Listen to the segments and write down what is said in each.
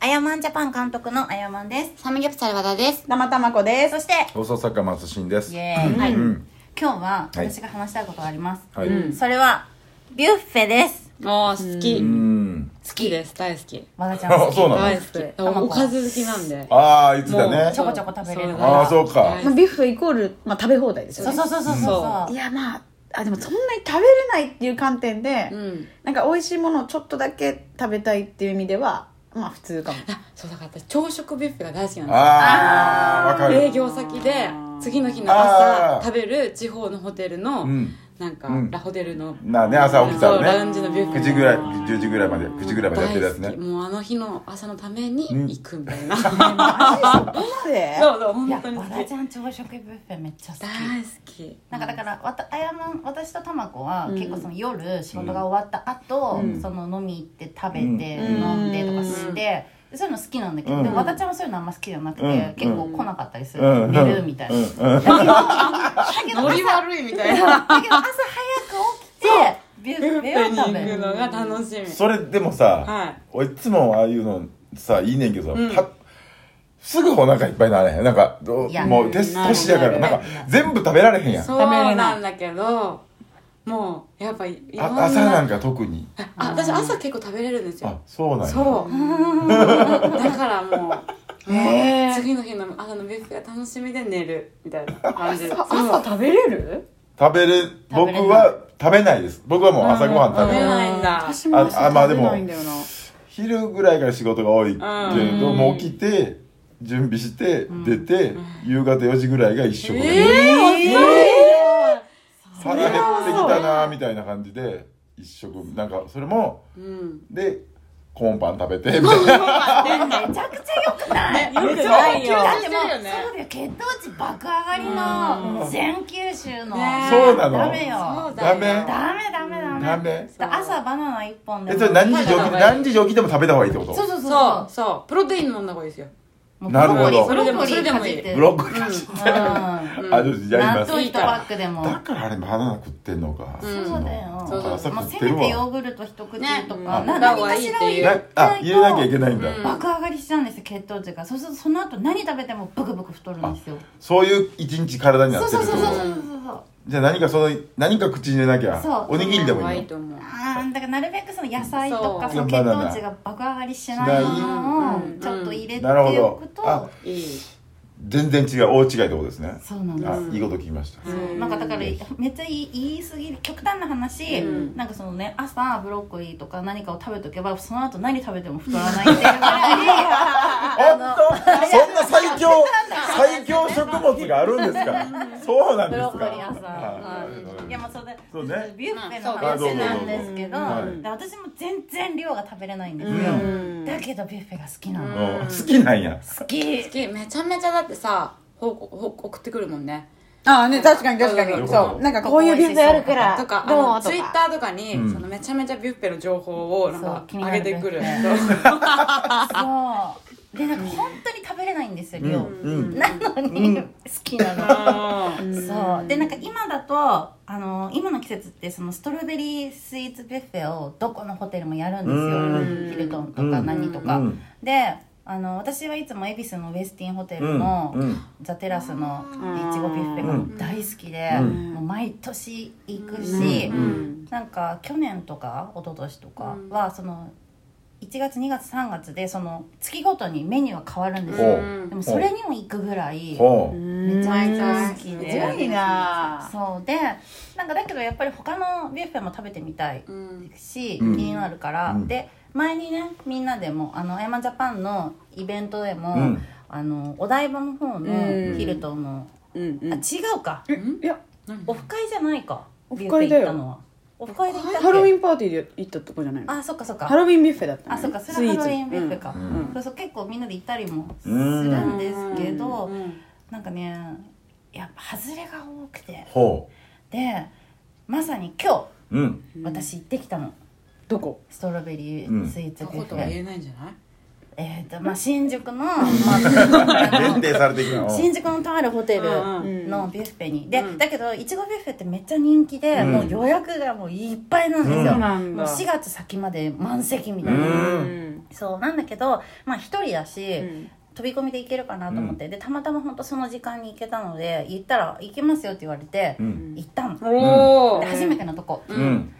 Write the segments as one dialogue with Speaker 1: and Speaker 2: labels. Speaker 1: やまんジャパン監督のあやまんです。
Speaker 2: サムギャプサル和田です。
Speaker 3: 生玉子です
Speaker 1: そして、
Speaker 4: 放送作家松進です
Speaker 1: イエーイはい
Speaker 4: うん
Speaker 1: 今日は
Speaker 4: はい
Speaker 1: 私が話したいことがあります。
Speaker 4: はい、
Speaker 2: うん
Speaker 1: それは、ビュッフェです。
Speaker 2: ああ、好き。
Speaker 4: うん
Speaker 2: 好きです。大好き。
Speaker 1: 和田ちゃん好
Speaker 4: あ
Speaker 1: き。
Speaker 4: そうなの
Speaker 2: 大好き。
Speaker 1: 卵
Speaker 2: おかず好きなんで。
Speaker 4: ああ言ってたね
Speaker 1: ちょこちょこ食べれる
Speaker 2: そ
Speaker 4: ああそうか
Speaker 3: まあビュッフェイコール、まあ、食べ放題です
Speaker 1: そ
Speaker 3: よ
Speaker 1: う
Speaker 3: ね
Speaker 1: そうそうそうそう
Speaker 3: い。やまああでもそんなに食べれないっていう観点で、
Speaker 2: ん
Speaker 3: なんか美味しいものをちょっとだけ食べたいっていう意味ではまあ普通かも
Speaker 2: あそうだから私朝食ビュッフェが大好きなん
Speaker 4: ああわか
Speaker 2: です営
Speaker 4: る
Speaker 2: 業先で次の日の
Speaker 4: あ
Speaker 2: 朝
Speaker 4: ー
Speaker 2: 食べる地方のホテルの、
Speaker 4: うん
Speaker 2: なんか、
Speaker 4: うん
Speaker 2: ラホテルの
Speaker 4: なあね朝起きた
Speaker 2: そうラ
Speaker 4: ら
Speaker 2: ウン
Speaker 4: ね
Speaker 2: ジのビュッフェ
Speaker 4: 9時ぐらい10時ぐらいまで9時ぐらいまでやってるやつ
Speaker 2: 大
Speaker 4: ね
Speaker 2: 好きもうあの日の朝のために行くみたいな、そう
Speaker 3: で
Speaker 2: そう
Speaker 1: いや、
Speaker 2: 本当に好
Speaker 1: 和
Speaker 2: き
Speaker 1: 田ちゃん朝食ビュッフェめっちゃ好き。
Speaker 2: 大好き
Speaker 1: なんかだからわたあやまん私とたまこは結構その夜仕事が終わった後、その飲み行って食べて、
Speaker 3: うん
Speaker 1: 飲んでとかして、でそういうの好きなんだけど、
Speaker 4: うん
Speaker 1: でもわたちゃんはそういうのあんま好きじゃなくて、
Speaker 4: うん
Speaker 1: 結構来なかったりする、
Speaker 4: うん
Speaker 1: 寝るみたいな、
Speaker 4: うん
Speaker 1: だけどだけど
Speaker 2: ノリ悪いみたいな
Speaker 1: だけど朝早く起きてビュ
Speaker 2: ビュ
Speaker 1: ッ
Speaker 2: ッ
Speaker 1: フ
Speaker 2: フ
Speaker 1: ェ
Speaker 2: ェ
Speaker 1: を
Speaker 2: に
Speaker 1: 食
Speaker 2: 行
Speaker 1: べ
Speaker 2: く
Speaker 1: る
Speaker 2: のが楽しみ
Speaker 4: それでもさ
Speaker 2: はい
Speaker 4: 俺いつもああいうのさいいねんけどさ、
Speaker 2: うん
Speaker 4: パッすぐお腹いっぱいになれへんなんかどう
Speaker 1: いや
Speaker 4: もう年
Speaker 2: なる
Speaker 4: 年やからなんか全部食べられへんやん
Speaker 2: そうなんだけどもうやっぱいろん
Speaker 4: あ朝なん
Speaker 2: か
Speaker 4: か特に
Speaker 2: あ私朝結構食べれるんです
Speaker 4: あ
Speaker 2: よ
Speaker 4: そうなんや
Speaker 2: そうだからもう
Speaker 3: へー
Speaker 2: 次の日の朝のビュッフェが楽しみで寝るみたいな感じ
Speaker 3: 朝
Speaker 2: そう
Speaker 3: 朝食べれる
Speaker 4: 食べれ
Speaker 1: 食べれ
Speaker 4: 僕
Speaker 1: ない
Speaker 4: は食べないです僕はもう朝ごはん食
Speaker 2: 食
Speaker 4: べ
Speaker 2: べ
Speaker 4: ない
Speaker 2: ないんだ
Speaker 3: 私も朝
Speaker 4: ああまあ
Speaker 3: 食
Speaker 4: で
Speaker 3: べ
Speaker 4: も
Speaker 3: ないんだよな、
Speaker 4: 昼ぐらいから仕事が多いけれど
Speaker 2: うん
Speaker 4: もう起きて準備して出て夕方4時ぐらいが一食
Speaker 2: え
Speaker 4: で
Speaker 2: え
Speaker 4: 腹減ってきたなみたいな感じで一食なんかそれも
Speaker 2: うん
Speaker 4: でコーンパン食べてみたいな
Speaker 1: めちゃくちゃ良くない
Speaker 2: よくないよ
Speaker 1: だってもう
Speaker 2: そうだよね
Speaker 1: そうだよ血糖値爆上がりの全九州の、
Speaker 2: ね
Speaker 4: そうなの
Speaker 1: ダメ
Speaker 2: そ
Speaker 1: よ
Speaker 2: うだよ
Speaker 4: ダ
Speaker 1: ダ
Speaker 4: メ
Speaker 1: メダメダメ
Speaker 4: ダメ
Speaker 2: そう
Speaker 1: 朝バナナ一本で
Speaker 4: え
Speaker 1: も
Speaker 4: それ何時起き
Speaker 2: 食べた方がいい
Speaker 4: 何時起きても食べた方がいいってこ
Speaker 1: そう
Speaker 4: と
Speaker 1: そうそう
Speaker 2: そ
Speaker 1: そう
Speaker 2: そうプロテイン飲んだ方がいいですよ
Speaker 1: うもう
Speaker 4: なるほど
Speaker 1: ブロッコリーブロッコリーかじっ
Speaker 2: そ
Speaker 1: て
Speaker 4: ブロッコリー
Speaker 1: うん
Speaker 2: うん
Speaker 4: あちょっとやり
Speaker 1: 納
Speaker 4: ます
Speaker 1: 豆一パックでも
Speaker 4: だからあれバナナ食ってんのか
Speaker 2: うん
Speaker 1: そうだよ
Speaker 2: そうそう
Speaker 4: 朝
Speaker 1: もう
Speaker 4: 食っ
Speaker 1: せ
Speaker 4: てる
Speaker 1: め
Speaker 4: わ
Speaker 1: てヨーグルト一口と
Speaker 2: ね
Speaker 1: か
Speaker 2: うん
Speaker 1: 何かしらを入
Speaker 4: な
Speaker 1: れ
Speaker 4: あ入れなきゃいけ
Speaker 1: ない
Speaker 4: ないんだ、
Speaker 2: うん
Speaker 1: 爆上がりしちゃうんですよ血糖値がそうするとその後何食べてもブクブク太るんですよ
Speaker 4: そういう一日体にな
Speaker 1: そ
Speaker 4: っ
Speaker 1: う
Speaker 4: てる
Speaker 1: そう
Speaker 4: って
Speaker 1: そ
Speaker 4: こ
Speaker 1: う
Speaker 4: と
Speaker 1: そうそうそうそう
Speaker 4: じゃあ何かその何か口に入れなき
Speaker 1: そう
Speaker 4: ゃおにぎりでもいい
Speaker 2: い
Speaker 4: の
Speaker 2: いと思う
Speaker 1: あーだからなるべくその野菜とか
Speaker 2: そ
Speaker 1: その
Speaker 2: う
Speaker 1: 血糖値が爆上がりしないものを
Speaker 2: うん
Speaker 1: ちょっと入れて
Speaker 4: なるほど
Speaker 1: おくと
Speaker 4: あ
Speaker 2: いい
Speaker 4: 全然違う大違いってことですね
Speaker 1: そうなんです
Speaker 4: あいいこと聞きました
Speaker 1: そうなんかだからめっちゃ言い言い過ぎる極端な話、
Speaker 2: うん
Speaker 1: なんかそのね朝ブロッコリーとか何かを食べとけばその後何食べても太らないっていうぐらい
Speaker 4: おっとそんな最強最強食物があるんですかそうなんですか
Speaker 1: ブロッコリー朝
Speaker 4: はい
Speaker 1: いやまあそれ
Speaker 4: そうね
Speaker 1: ビュッフェ
Speaker 2: う
Speaker 1: の
Speaker 2: ん
Speaker 1: 話なんですけど,で、
Speaker 4: あどうぞどうぞうん
Speaker 1: 私も全然量が食べれないんですよ、
Speaker 3: うん
Speaker 1: だけどビュッフェが好きなの、
Speaker 4: うん好きなんや
Speaker 1: 好き
Speaker 2: 好きめちゃめちゃだってさほほ送ってくるもんね
Speaker 3: ああね確かに確か
Speaker 2: そう
Speaker 3: に
Speaker 4: そう
Speaker 3: そうなんかこういうビュッフェあるから
Speaker 2: とかあ
Speaker 3: どう
Speaker 2: の
Speaker 3: と
Speaker 2: ツイッ
Speaker 3: か
Speaker 2: ターとかに、
Speaker 4: うん
Speaker 2: そのめちゃめちゃビュッフェの情報をなん
Speaker 1: そう
Speaker 2: か
Speaker 1: 気になる
Speaker 2: 上げてくる
Speaker 1: ビュそうでなんか本当に食べれないんですよ
Speaker 4: うん
Speaker 1: 量、
Speaker 4: うん
Speaker 1: なのに、好きなの
Speaker 2: うん
Speaker 1: そうでなんか今だとあの今の季節ってそのストロベリースイーツビュッフェをどこのホテルもやるんですよヒルトンとか
Speaker 4: うん
Speaker 1: 何とか、
Speaker 4: うん
Speaker 1: であの私はいつも恵比寿のウェスティンホテルの、
Speaker 4: うんうん
Speaker 1: ザ・テラスのいちごビュッフェ
Speaker 4: う
Speaker 1: が
Speaker 4: ん
Speaker 1: 大好きで、
Speaker 4: うん
Speaker 1: もう毎年行くし、
Speaker 2: うん
Speaker 1: なんか去年とか一昨年とかはその1月2月3月でその月ごとにメニューが変わるんですよ、
Speaker 4: ほ
Speaker 1: でもそれにも行くぐらい、
Speaker 4: ほう
Speaker 1: めちゃめちゃ好き
Speaker 3: す
Speaker 1: で
Speaker 3: ごいな
Speaker 1: そうでなんかだけどやっぱり他のビュッフェも食べてみたい
Speaker 2: うん
Speaker 1: し、
Speaker 4: うん
Speaker 1: 気になるから、
Speaker 4: うん
Speaker 1: で前にねみんなでもあの山ジャパンのイベントでも、
Speaker 4: うん
Speaker 1: あのお台場の方の
Speaker 2: うん
Speaker 1: ヒルトンの、
Speaker 2: うん
Speaker 1: あ違うか
Speaker 3: いや
Speaker 1: オフ会じゃないか
Speaker 3: オフ会だ
Speaker 1: ビュッフェ行った
Speaker 3: よ
Speaker 1: のはオフ会で行ったっけ
Speaker 3: ハロウィンパーティーで行ったとこじゃないの
Speaker 1: あそっかそっ
Speaker 3: ハ
Speaker 1: か
Speaker 3: ロウィンビュッフェだったの
Speaker 1: あ
Speaker 3: ね
Speaker 1: そっかそ
Speaker 3: スイ
Speaker 1: れ
Speaker 3: ー
Speaker 1: は
Speaker 3: ツ
Speaker 1: ハロウィンビュッフェか、
Speaker 2: ん
Speaker 1: そうそう結構みんなで行ったりもする
Speaker 4: うん
Speaker 1: んですけど、
Speaker 2: うん
Speaker 1: なんかねやっぱ外れが多くて
Speaker 4: ほ
Speaker 1: でまさに今
Speaker 4: ううん
Speaker 1: 日私行ってきたの、
Speaker 3: どこ
Speaker 1: ストロベリースイーツ
Speaker 2: そうい
Speaker 1: ビ
Speaker 2: う
Speaker 1: ュッフ
Speaker 2: ことは
Speaker 1: ェ、
Speaker 2: 言えないんじゃない
Speaker 1: えっ、とまあ新宿の、まあ
Speaker 4: 限定されてきたの
Speaker 1: 新宿のとあるホテル
Speaker 2: うん
Speaker 3: うん
Speaker 1: のビュッフェに、で、
Speaker 2: うん
Speaker 1: だけどいちごビュッフェってめっちゃ人気で、
Speaker 4: うん
Speaker 1: もう予約がもういっぱいなんですよ、
Speaker 4: うん
Speaker 2: なん
Speaker 1: もう
Speaker 2: だ
Speaker 1: 4月先まで満席みたいな、
Speaker 4: うん
Speaker 1: そうなんだけどまあ一人だし、
Speaker 2: うん
Speaker 1: 飛び込みで行けるかなと思って、でたまたま本当その時間に行けたので行ったら「行けますよ」って言われて、
Speaker 4: うん
Speaker 1: 行ったの、で
Speaker 2: おお
Speaker 1: 初めてのとこ、
Speaker 4: うん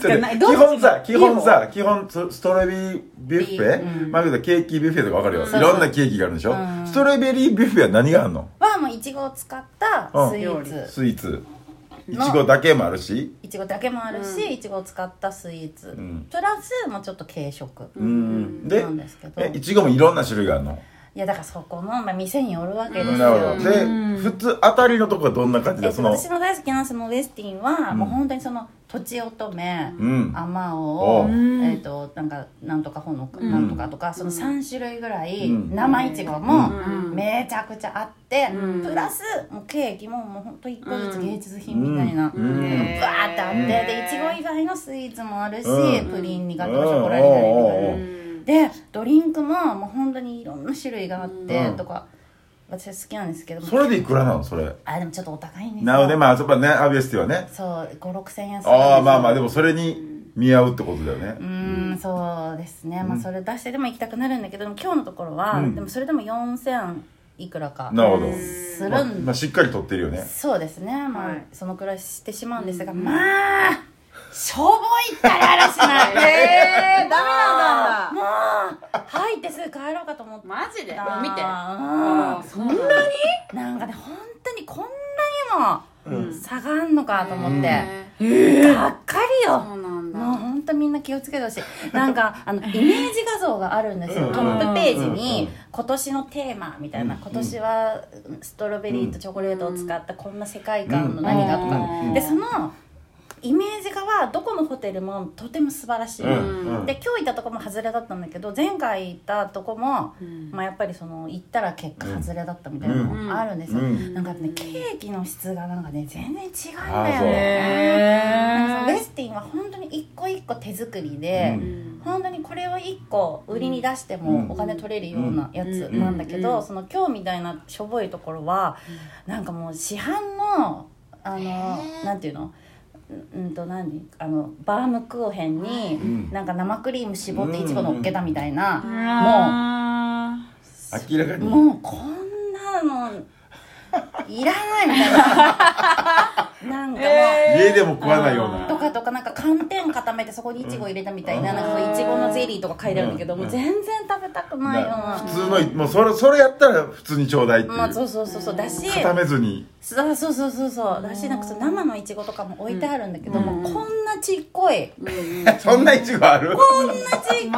Speaker 2: か ないどう
Speaker 4: 基本さ
Speaker 2: 違
Speaker 4: 基
Speaker 2: う
Speaker 4: 本さ基本スストロベリービュッフ
Speaker 1: ビう
Speaker 4: ェ
Speaker 1: ん
Speaker 4: まあ言うとケーキビュッフェとかわかるよい
Speaker 1: そう
Speaker 4: ろんなケーキがあるでしょ
Speaker 1: うん
Speaker 4: ストロベリービュッフェは何があるの
Speaker 1: はもういちごを使ったスイ
Speaker 2: う
Speaker 1: ー
Speaker 2: ん
Speaker 1: ツ
Speaker 4: スイーツい
Speaker 1: の
Speaker 4: ちごだけもあるし
Speaker 1: いちごだけもあるし、
Speaker 2: うん
Speaker 1: いちごを使ったスイーツ、
Speaker 4: ん
Speaker 1: プラスもうちょっと軽食
Speaker 4: うんで
Speaker 1: なんですけど、
Speaker 4: えいちごもいろんな種類があるの
Speaker 1: いやだからそこの、まあ、店によるわけですよ
Speaker 4: なるほどで
Speaker 3: うん
Speaker 4: 普通当たりのとこはどんな感じ
Speaker 1: え
Speaker 4: だ
Speaker 1: っと、
Speaker 4: その
Speaker 1: 私の大好きなそのウェスティンは、
Speaker 4: うん
Speaker 1: もう本当にそのとちおとめ、
Speaker 4: うん
Speaker 1: あまお
Speaker 4: おう
Speaker 1: う、
Speaker 3: ん
Speaker 1: えっとなんかなんとかほのか、
Speaker 2: うん
Speaker 1: なんとかとかその3種類ぐらい、
Speaker 4: うん
Speaker 1: 生いちごも
Speaker 2: うん
Speaker 1: めちゃくちゃあって、
Speaker 2: うん
Speaker 1: プラスもうケーキももう本当一個ずつ芸術品みたいな、
Speaker 4: うんうん
Speaker 1: バーってあって、でいちご以外のスイーツもあるし、プリンにガトーショコラに
Speaker 4: うん
Speaker 1: なりとか
Speaker 4: うん
Speaker 1: ねでドリンクももう本当にいろんな種類があって、
Speaker 4: うん
Speaker 1: とか私は好きなんですけど
Speaker 4: それでいくらなのそれ
Speaker 1: あでもちょっとお高いんですよ
Speaker 4: なのでまあそこはねアビエスティはね
Speaker 1: そう5 6千円するんですよ
Speaker 4: ああまあまあでもそれに見合うってことだよね
Speaker 1: うーんそうですね、まあそれ出してでも行きたくなるんだけどでも今日のところは、
Speaker 4: うん
Speaker 1: でもそれでも4000いくらか
Speaker 4: なるほど
Speaker 1: するん
Speaker 4: まあまあしっかり取ってるよね
Speaker 1: そうですねまあ、
Speaker 2: はい
Speaker 1: そのくらいしてしまうんですが、まあしょぼいったら嵐ないえ
Speaker 3: ダメなんだ
Speaker 1: もう入ってすぐ帰ろうかと思って
Speaker 2: マジで
Speaker 1: た
Speaker 2: 見
Speaker 1: うん
Speaker 2: てそんなに
Speaker 1: なんかね本当にこんなにも差があんのかと思って、がっかりよ
Speaker 2: そうな
Speaker 1: も
Speaker 2: ん
Speaker 1: う
Speaker 2: だ
Speaker 1: 本当みんな気をつけてほしいなんか あのイメージ画像があるんですよトップページ
Speaker 4: うん
Speaker 1: に今年のテーマみたいな今年はストロベリーとチョコレートを使ったこんな世界観の何がと
Speaker 2: うん
Speaker 1: かでそのイメージ画はどこのホテルもとても素晴らしい、
Speaker 4: うんうん
Speaker 1: で今日行ったとこも外れだったんだけど前回行ったとこも、まあ、やっぱりその行ったら結果外れだったみたいなのもあるんですよ、
Speaker 4: うん
Speaker 1: なんかねケーキの質がなんかね全然違うん
Speaker 4: あ
Speaker 1: だ
Speaker 4: ー
Speaker 1: よ
Speaker 4: そう
Speaker 1: ねなんかそのウェ
Speaker 3: へ
Speaker 1: スティンは本当に一個一個手作りで、
Speaker 4: うん
Speaker 1: 本当にこれを一個売りに出して
Speaker 4: うん
Speaker 1: もお金取れるようなやつなんだけど、
Speaker 2: うんうん
Speaker 1: その今日みたいなしょぼいところは、なんかもう市販のあのなんていうのううんと何あのバームクーヘンに、
Speaker 4: ん
Speaker 1: なんか生クリーム絞っていちご乗っけたみたいな、
Speaker 3: も
Speaker 4: 明らかに
Speaker 1: もうこんなのいらないみたいななんかもう。
Speaker 4: 家でも食わないような
Speaker 1: とかとかなんか寒天固めてそこにいちご入れたみたいななんかそういちごのゼリーとか書いてあるんだけど
Speaker 4: うん
Speaker 1: もう全然食べたくないよう
Speaker 4: な
Speaker 1: な
Speaker 4: 普通のもうそれそれやったら普通にちょうだいってい
Speaker 1: まあそううそうそうそうだし
Speaker 4: 固めずに
Speaker 1: そうそうそうそうそうだしなんかその生のいちごとかも置いてあるんだけども
Speaker 2: うん
Speaker 1: こんなちっこい
Speaker 4: そんないちごある
Speaker 1: こんなちっこい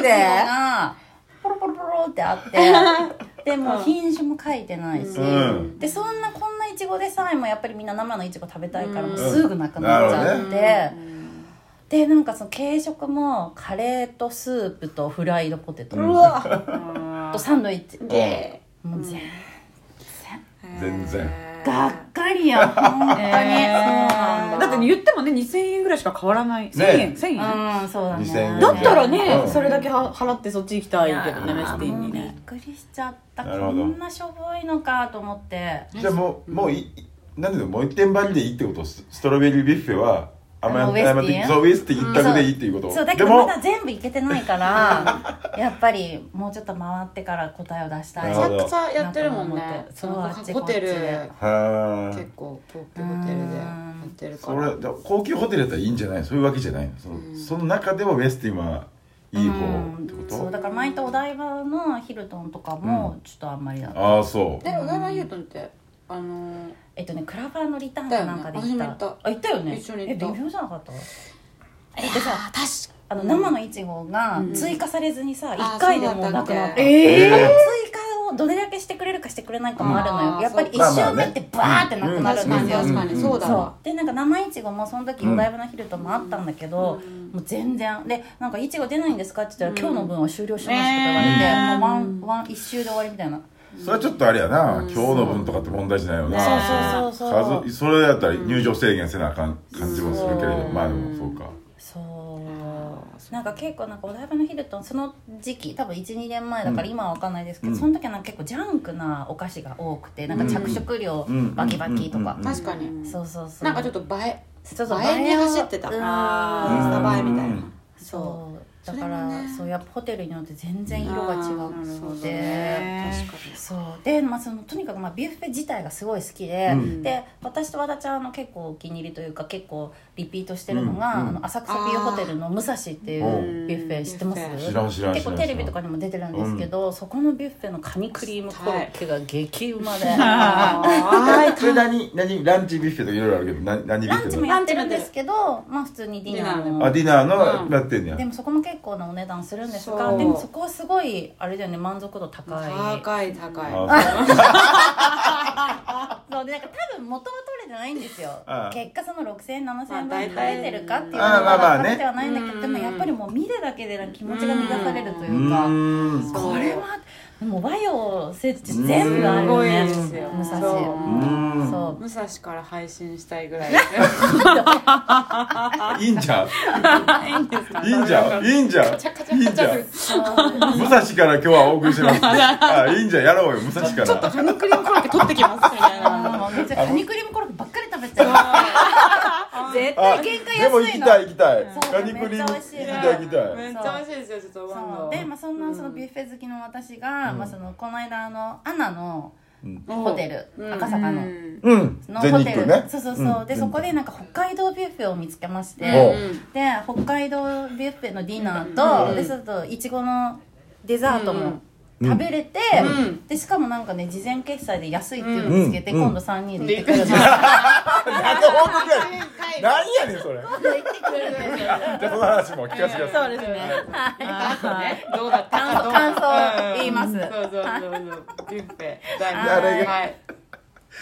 Speaker 1: のがポロポロポロってあ ってでもう品種も書いてないし
Speaker 4: うん
Speaker 1: でそんなこんないちごでさえもやっぱりみんな生のいちご食べたいから
Speaker 2: うん
Speaker 1: もうすぐなくなっちゃ
Speaker 4: なる
Speaker 1: っ
Speaker 4: ほ
Speaker 1: て、でなんかその軽食もカレーとスープとフライドポテト
Speaker 4: う
Speaker 1: とサンドイッチ
Speaker 2: で
Speaker 1: もう全
Speaker 4: 全然
Speaker 1: がっかりよ本当に、
Speaker 3: うだって言ってもね2000円ぐらいしか変わらない1000円1000円
Speaker 1: うんそうだ
Speaker 4: 2000円
Speaker 1: ね
Speaker 3: だったら
Speaker 4: う
Speaker 3: ね
Speaker 4: ん
Speaker 3: それだけは払ってそっち行きたいけどね
Speaker 4: い
Speaker 3: メ
Speaker 4: や
Speaker 3: ス
Speaker 4: ー
Speaker 3: ティンに
Speaker 1: びっ
Speaker 3: ね
Speaker 1: くりしちゃった
Speaker 4: なるほ
Speaker 1: こ
Speaker 4: ど
Speaker 1: んなしょぼいのかと思って
Speaker 4: じゃあもうもういなんでだよもう一点張りでいいってことスストロベリービュッフェは
Speaker 1: あのウエスティン
Speaker 4: てそうウエスティン一択でいいっていうこと
Speaker 1: そうだけ
Speaker 4: で
Speaker 1: どま
Speaker 4: も
Speaker 1: だ全部いけてないから やっぱりもうちょっと回ってから答えを出したい
Speaker 4: なるほ
Speaker 2: めちゃ
Speaker 4: ど
Speaker 2: くちゃやってるもんね
Speaker 1: そう
Speaker 2: なんか
Speaker 1: あっち
Speaker 2: ホテル
Speaker 1: こっちで
Speaker 4: は
Speaker 2: 結
Speaker 4: あ
Speaker 2: 構高級ホテルでやってるか
Speaker 4: そ
Speaker 2: ら
Speaker 4: れじゃあ高級ホテルやったらいいんじゃないそういうわけじゃないのそのその中でもウエスティンはいい方ってこ
Speaker 1: そう
Speaker 4: と
Speaker 1: だから前行ったお台場のヒルトンとかもちょっとあんまりだった、
Speaker 4: ああそう
Speaker 2: で小田原ヒルトンってあのー
Speaker 1: えっとねクラファーのリターンかなんかで行った、
Speaker 2: だよね私も行った
Speaker 1: あ行ったよね
Speaker 2: 一緒に行った
Speaker 1: え微妙じゃなかった
Speaker 2: えっさ確
Speaker 1: あの生のいちごが追加されずにさ、一回でもうなくなっ
Speaker 2: あそうだったっけ
Speaker 1: て、
Speaker 3: え
Speaker 1: あの
Speaker 4: え
Speaker 1: 追加をどれだけしてくれるかしてくれないかもあるのよ、
Speaker 2: うん
Speaker 1: やっぱり一周目ってバーってなく
Speaker 4: ま
Speaker 1: な
Speaker 4: あ
Speaker 1: る
Speaker 2: 確
Speaker 1: んで
Speaker 2: かに
Speaker 1: すよ、
Speaker 4: うん
Speaker 2: 確かにそうだ
Speaker 1: そ
Speaker 2: わ
Speaker 1: うでなんか生いちごもその時お台場のヒルトンもあったんだけど、もう全然でなんか「いちご出ないんですか?」って言ったら、今日の分は終了します」とか言われて、
Speaker 2: ね
Speaker 1: も
Speaker 2: ー
Speaker 1: うワンワン一周で終わりみたいな、
Speaker 4: それはちょっとあれやな、今日の分とかって問題じゃないよな、
Speaker 1: そうそうそうそう
Speaker 4: 数それやったら入場制限せなあかん感じもするけれど、
Speaker 1: うん
Speaker 4: まあでもそうか
Speaker 1: そうなんか結構なんかお台場のヒルトンその時期多分12年前だか
Speaker 4: う
Speaker 1: ら
Speaker 4: ん
Speaker 1: 今は分かんないですけど、
Speaker 4: うん
Speaker 1: その時はなんか結構ジャンクなお菓子が多くてなんか着色料
Speaker 4: うん
Speaker 1: バキバキとか、
Speaker 4: うん
Speaker 2: 確かに、
Speaker 1: そうそうそう
Speaker 2: なんかちょっと映え
Speaker 1: ちょっと
Speaker 2: 映えに
Speaker 1: 映えを
Speaker 2: 走ってた
Speaker 1: うん
Speaker 2: あースタ映えみたいな
Speaker 4: うん
Speaker 1: そう
Speaker 2: そ
Speaker 1: だ
Speaker 2: う
Speaker 1: からそ
Speaker 2: それ
Speaker 1: う,、
Speaker 2: もね
Speaker 1: やっぱホテルによって全然色が違
Speaker 2: あーなるほ
Speaker 1: うく
Speaker 2: ど
Speaker 1: て、
Speaker 2: ね確かに
Speaker 1: そうで、まあ、そのとにかく、まあ、ビュッフェ自体がすごい好きで、
Speaker 4: うん
Speaker 1: で私と和田ちゃんの結構お気に入りというか結構リピートしてるのが、
Speaker 4: うんうん
Speaker 1: あの浅草ビューホテルの武蔵ってい
Speaker 4: お
Speaker 1: うビュッフェ知ってます
Speaker 2: 知らん
Speaker 4: 知らん知らん
Speaker 1: 結構テレビとかにも出てるんですけど、そこのビュッフェのカニクリームコロッケが激うまで。
Speaker 2: あ
Speaker 4: それ何何ランチビュッフェとかいろいろあるけど何何ビュッ
Speaker 1: ラ
Speaker 4: フ
Speaker 1: ン
Speaker 4: ェ
Speaker 1: チ
Speaker 4: と
Speaker 1: も
Speaker 4: か
Speaker 1: やってるんですけど、まあ普通にディナーも
Speaker 4: あディナー
Speaker 2: う
Speaker 4: の
Speaker 2: ん
Speaker 4: やってんねや
Speaker 1: でもそこも結構なお値段するんです
Speaker 2: そ
Speaker 1: が
Speaker 2: う
Speaker 1: でもそこはすごいあれだよね満足度高い
Speaker 2: ー高い高い
Speaker 4: あ
Speaker 1: そうでなんか多分元は取れてないんですよ
Speaker 4: ああ
Speaker 1: 結果その6000円7000円
Speaker 2: まあ
Speaker 1: 分
Speaker 2: 大
Speaker 1: 取
Speaker 2: 体
Speaker 1: れてるかっていうの
Speaker 4: ああまあまあ
Speaker 1: は
Speaker 4: ね
Speaker 1: 取れてはないんだけど、でもやっぱりもう見るだけでなんか気持ちが満たされるというか、
Speaker 4: ん
Speaker 2: そう
Speaker 1: これはもう和洋折衷全部ある
Speaker 2: すごい
Speaker 1: ね
Speaker 2: ですよ
Speaker 1: 武蔵
Speaker 4: う
Speaker 2: そう
Speaker 4: ん
Speaker 1: そう
Speaker 2: 武蔵から配信したいぐらい
Speaker 4: いいんじゃん
Speaker 2: いいんですか
Speaker 4: いいんじゃんいいんじゃん
Speaker 2: カチャカチ
Speaker 4: いい
Speaker 2: ャカ
Speaker 4: ん
Speaker 2: チ
Speaker 4: じゃ
Speaker 2: ャ
Speaker 4: ん武蔵から今日はお送りしますあいいんじゃんやろうよ武蔵から
Speaker 2: カニクリームコロッケ取ってきますみたいな
Speaker 1: ああもうめっちゃカニクリームコロッケばっかり食べちゃう絶
Speaker 4: あ
Speaker 1: 対限界
Speaker 4: でも行
Speaker 1: 安い
Speaker 4: き
Speaker 1: の
Speaker 4: たい行きたい
Speaker 1: そう
Speaker 4: カニクリーム行
Speaker 1: めっちゃ美味しい
Speaker 4: きたい行きたい
Speaker 2: めっちゃ美味しいですよちょっとワン
Speaker 1: そ
Speaker 2: ド
Speaker 1: うで、まあ、そんなそのビュッフェ好きの私が、まあ、そのこの間あのアナの
Speaker 4: うん
Speaker 1: ホテル、赤坂の。
Speaker 2: うん
Speaker 4: うん
Speaker 1: の
Speaker 4: 全
Speaker 1: ホ
Speaker 4: 日
Speaker 1: テル、
Speaker 4: 空ね
Speaker 1: そうそうそう、でそこで
Speaker 4: ね
Speaker 1: なんか北海道ビュッフェを見つけまして、
Speaker 4: おう
Speaker 1: で北海道ビュッフェのディナーと、でちょっといちごのデザートも食べれて、
Speaker 2: うん
Speaker 1: でしかもなんかね事前決済で安いっていうのを見つけて、
Speaker 4: うん
Speaker 1: 今度3人で行ってく
Speaker 2: う
Speaker 1: る
Speaker 2: ん
Speaker 1: の、今
Speaker 4: なんで本当だよ何やねんそれ
Speaker 1: 度行ってくるんですよ
Speaker 4: じゃあその話も聞かせてください
Speaker 3: そうですね
Speaker 2: ねどうだった
Speaker 1: 感
Speaker 2: か
Speaker 1: 想感想を言います
Speaker 2: そうそうそうそうビュッフェ第
Speaker 4: あれ
Speaker 2: はい